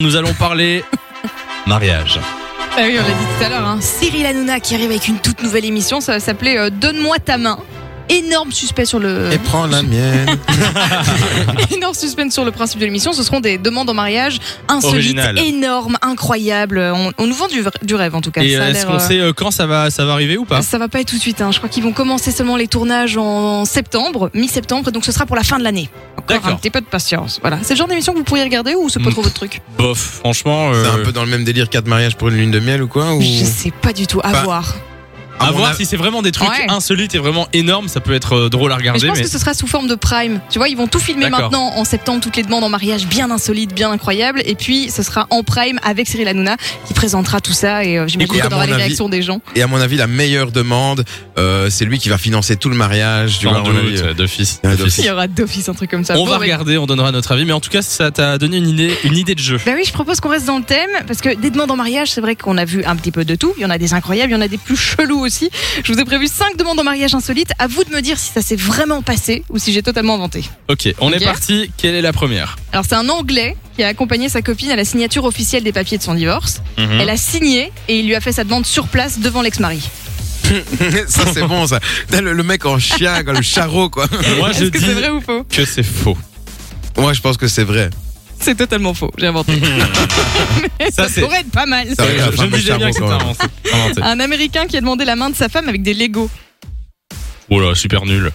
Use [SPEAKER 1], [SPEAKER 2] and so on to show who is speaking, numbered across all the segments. [SPEAKER 1] Nous allons parler mariage.
[SPEAKER 2] Ah oui, on l'a dit tout à l'heure. hein. Cyril Hanouna qui arrive avec une toute nouvelle émission. Ça va s'appeler euh, Donne-moi ta main. Énorme suspect sur le
[SPEAKER 1] Eh
[SPEAKER 3] Et prends la mienne.
[SPEAKER 1] ben.
[SPEAKER 2] énorme suspense sur le principe de l'émission. Ce seront des demandes en mariage insolites,
[SPEAKER 1] Original.
[SPEAKER 2] énormes, incroyables. On, on nous vend du, vr- du rêve en tout cas.
[SPEAKER 1] Et
[SPEAKER 2] ça, a
[SPEAKER 1] est-ce
[SPEAKER 2] l'air,
[SPEAKER 1] qu'on
[SPEAKER 2] euh,
[SPEAKER 1] sait euh, quand ça va, ça va arriver ou pas
[SPEAKER 2] ça va pas être tout de suite. hein. Je crois qu'ils vont commencer seulement les tournages en septembre, mi-septembre. Donc ce sera pour la fin de l'année. Encore
[SPEAKER 1] D'accord.
[SPEAKER 2] un petit peu de patience. Voilà. C'est le genre d'émission que vous pourriez regarder ou c'est pas
[SPEAKER 1] Mm.
[SPEAKER 2] trop votre truc
[SPEAKER 1] Bof, franchement.
[SPEAKER 3] C'est un
[SPEAKER 1] euh,
[SPEAKER 3] peu dans le même délire qu'à de mariage pour une lune de miel ou quoi ou...
[SPEAKER 2] Je sais pas du tout. À
[SPEAKER 3] Bah,
[SPEAKER 2] voir.
[SPEAKER 1] À
[SPEAKER 3] mon
[SPEAKER 1] voir
[SPEAKER 3] av-
[SPEAKER 1] si c'est vraiment des trucs
[SPEAKER 2] Ouais.
[SPEAKER 1] insolites et vraiment énormes, ça peut être euh, drôle à
[SPEAKER 2] Mais je
[SPEAKER 1] regarder.
[SPEAKER 2] pense
[SPEAKER 1] Mais
[SPEAKER 2] que ce sera sous forme de prime. Tu vois, ils vont tout filmer
[SPEAKER 1] D'accord.
[SPEAKER 2] maintenant en septembre, toutes les demandes en mariage bien insolites, bien incroyables. Et puis, ce sera en prime avec Cyril Hanouna qui présentera tout ça. Et euh, j'imagine
[SPEAKER 3] Écoute,
[SPEAKER 2] qu'on
[SPEAKER 3] à
[SPEAKER 2] aura
[SPEAKER 3] mon
[SPEAKER 2] les
[SPEAKER 3] avis-
[SPEAKER 2] réactions des gens.
[SPEAKER 3] Et à mon avis, la meilleure demande, euh, c'est lui qui va financer tout le mariage. Tu
[SPEAKER 1] Sans
[SPEAKER 3] vois, à mon avis,
[SPEAKER 1] doute,
[SPEAKER 3] euh,
[SPEAKER 1] ouais, d'office.
[SPEAKER 3] Ouais,
[SPEAKER 1] d'office.
[SPEAKER 2] Il y aura d'office un truc comme ça.
[SPEAKER 1] On
[SPEAKER 2] Bon,
[SPEAKER 1] va
[SPEAKER 2] bah,
[SPEAKER 1] regarder, on donnera notre avis. Mais en tout cas, ça t'a donné une idée, une idée de jeu.
[SPEAKER 2] Bah oui, je propose qu'on reste dans le thème parce que des demandes en mariage, c'est vrai qu'on a vu un petit peu de tout. Il y en a des incroyables, il y en a des plus chelous aussi. Je vous ai prévu 5 demandes en mariage insolites. À vous de me dire si ça s'est vraiment passé ou si j'ai totalement inventé.
[SPEAKER 1] Ok, on
[SPEAKER 2] Ok.
[SPEAKER 1] est parti. Quelle est la première
[SPEAKER 2] Alors, c'est un Anglais qui a accompagné sa copine à la signature officielle des papiers de son divorce.
[SPEAKER 3] Mhm.
[SPEAKER 1] Mhm.
[SPEAKER 2] Elle a signé et il lui a fait sa demande sur place devant l'ex-mari.
[SPEAKER 3] ça, c'est bon, ça. Putain, Le, le mec en chien, quoi, le charrot, quoi.
[SPEAKER 1] Moi, je
[SPEAKER 2] Est-ce que
[SPEAKER 1] dis
[SPEAKER 2] c'est vrai ou faux
[SPEAKER 1] que c'est faux.
[SPEAKER 3] Moi, je pense que c'est vrai.
[SPEAKER 2] C'est totalement faux, j'ai inventé. Mais
[SPEAKER 1] Ça,
[SPEAKER 2] ça
[SPEAKER 1] c'est-
[SPEAKER 2] pourrait être pas mal.
[SPEAKER 3] Ça, Ah oui,
[SPEAKER 1] je
[SPEAKER 3] la
[SPEAKER 1] je
[SPEAKER 3] femme
[SPEAKER 1] me disais
[SPEAKER 3] de
[SPEAKER 1] bien que c'était
[SPEAKER 3] charbon, quand
[SPEAKER 1] inventé. inventé.
[SPEAKER 2] Un Américain qui a demandé la main de sa femme avec des Legos.
[SPEAKER 1] Oh là, super nul.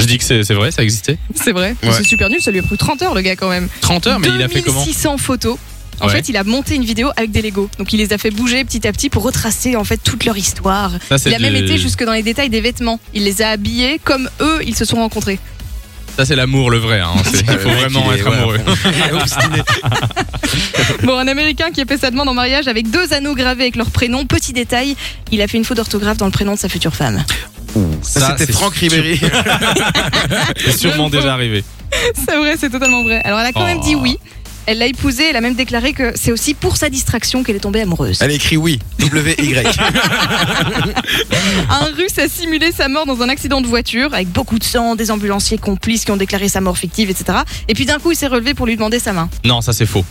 [SPEAKER 1] Je dis que c'est c'est vrai, ça existait.
[SPEAKER 2] C'est vrai.
[SPEAKER 3] Ouais.
[SPEAKER 2] C'est super nul, ça lui a pris 30 heures le gars quand même.
[SPEAKER 1] 30 heures, mais il a fait comment
[SPEAKER 2] 2600 photos. En
[SPEAKER 1] Ouais.
[SPEAKER 2] fait, il a monté une vidéo avec des Legos. Donc, il les a fait bouger petit à petit pour retracer en fait toute leur histoire.
[SPEAKER 1] Ça, c'est
[SPEAKER 2] Il a
[SPEAKER 1] de-
[SPEAKER 2] même été jusque dans les détails des vêtements. Il les a habillés comme eux, ils se sont rencontrés.
[SPEAKER 1] Ça, c'est l'amour, le vrai. hein. C'est- Il
[SPEAKER 3] Le
[SPEAKER 1] faut
[SPEAKER 3] mec,
[SPEAKER 1] vraiment
[SPEAKER 3] il est-
[SPEAKER 1] être
[SPEAKER 3] ouais,
[SPEAKER 1] amoureux.
[SPEAKER 3] obstiné.
[SPEAKER 2] Bon, un Américain qui a fait sa demande en mariage avec deux anneaux gravés avec leur prénom. Petit détail, il a fait une faute d'orthographe dans le prénom de sa future femme.
[SPEAKER 3] Ça, c'était Franck Ribéry.
[SPEAKER 1] C'est sûrement
[SPEAKER 2] Je le
[SPEAKER 1] déjà arrivé.
[SPEAKER 2] C'est vrai, c'est totalement vrai. Alors elle a quand
[SPEAKER 1] Oh.
[SPEAKER 2] même dit oui. Elle l'a épousé, elle a même déclaré que c'est aussi pour sa distraction qu'elle est tombée amoureuse.
[SPEAKER 3] Elle écrit oui. W-Y.
[SPEAKER 2] Un russe a simulé sa mort dans un accident de voiture avec beaucoup de sang, des ambulanciers complices qui ont déclaré sa mort fictive, etc. Et puis d'un coup, il s'est relevé pour lui demander sa main.
[SPEAKER 1] Non, ça c'est faux.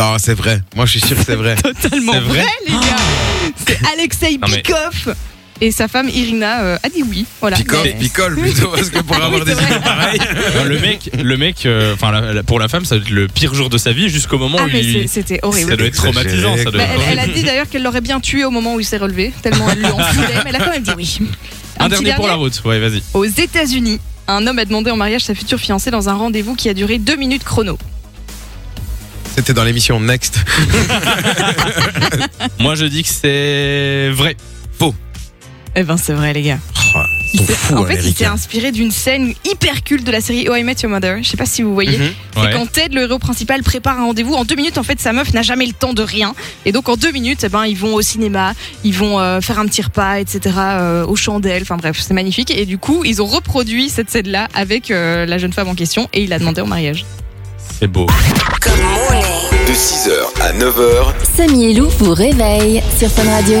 [SPEAKER 3] Non, c'est vrai. Moi, je suis sûr que c'est vrai.
[SPEAKER 2] Totalement
[SPEAKER 1] C'est vrai
[SPEAKER 2] les gars Ah. C'est Alexei
[SPEAKER 1] Eh, Non, mais-
[SPEAKER 2] Pikov Et sa femme Irina euh, a dit oui. Voilà.
[SPEAKER 3] Picole,
[SPEAKER 2] Mais-
[SPEAKER 3] picole plutôt, parce que pour
[SPEAKER 2] Ah oui,
[SPEAKER 3] avoir
[SPEAKER 2] c'est
[SPEAKER 3] des
[SPEAKER 2] vrai.
[SPEAKER 3] idées pareilles.
[SPEAKER 1] Non, le mec, le mec, euh, enfin la- la- pour la femme, ça doit être le pire jour de sa vie jusqu'au moment
[SPEAKER 2] Ah,
[SPEAKER 1] où
[SPEAKER 2] mais c'est-
[SPEAKER 1] il.
[SPEAKER 2] c'était horrible.
[SPEAKER 1] Ça doit être
[SPEAKER 3] Exagéré,
[SPEAKER 1] traumatisant. Ça doit
[SPEAKER 2] Bah,
[SPEAKER 1] être
[SPEAKER 2] elle, elle
[SPEAKER 1] horrible.
[SPEAKER 2] a dit d'ailleurs qu'elle l'aurait bien tué au moment où il s'est relevé, tellement elle l'en voulait, mais elle a quand même dit oui.
[SPEAKER 1] Un,
[SPEAKER 2] petit
[SPEAKER 1] dernier, pour la route. Ouais, vas-y.
[SPEAKER 2] Aux États-Unis, un homme a demandé en mariage sa future fiancée dans un rendez-vous qui a duré deux minutes chrono.
[SPEAKER 3] C'était dans l'émission Next.
[SPEAKER 1] Moi, je dis que c'est vrai.
[SPEAKER 2] Eh ben, c'est vrai, les gars.
[SPEAKER 3] Oh, ils sont fous,
[SPEAKER 2] en fait, il s'est
[SPEAKER 3] Américains.
[SPEAKER 2] inspiré d'une scène hyper culte de la série Oh I Met Your Mother. Je sais pas si vous voyez.
[SPEAKER 3] Mhm.
[SPEAKER 2] C'est
[SPEAKER 1] Ouais.
[SPEAKER 2] quand Ted, le héros principal, prépare un rendez-vous. En deux minutes, en fait, sa meuf n'a jamais le temps de rien. Et donc, en deux minutes, eh ben, ils vont au cinéma, ils vont euh, faire un petit repas, etc., euh, aux chandelles. Enfin bref, c'est magnifique. Et du coup, ils ont reproduit cette scène-là avec euh, la jeune femme en question et il l'a demandé en mariage.
[SPEAKER 1] C'est beau.
[SPEAKER 4] De 6h à 9h,
[SPEAKER 5] Samy et Lou vous réveille sur Fun Radio.